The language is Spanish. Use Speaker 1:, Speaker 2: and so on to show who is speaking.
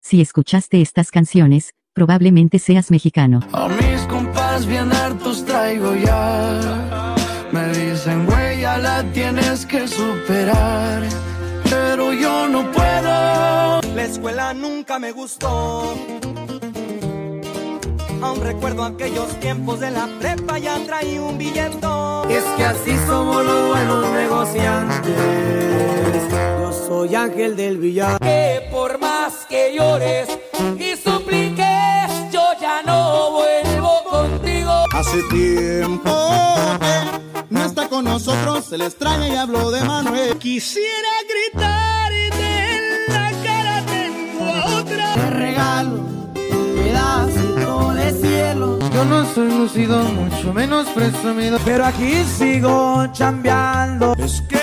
Speaker 1: Si escuchaste estas canciones, probablemente seas mexicano.
Speaker 2: A mis compas bien hartos traigo ya. Me dicen, güey, ya la tienes que superar. Pero yo no puedo.
Speaker 3: La escuela nunca me gustó. Aún recuerdo aquellos tiempos de la prepa, ya traí un billetón.
Speaker 4: Es que así somos los buenos negociantes. Yo soy ángel del villar.
Speaker 5: Que por más que llores y supliques, yo ya no vuelvo contigo.
Speaker 6: Hace tiempo que no está con nosotros, se le extraña y habló de Manuel.
Speaker 7: Quisiera gritarte en la cara, tengo a otra.
Speaker 8: Te regalo pedacito de cielo.
Speaker 9: Yo no soy lucido, mucho menos presumido.
Speaker 10: Pero aquí sigo chambeando.
Speaker 11: Es que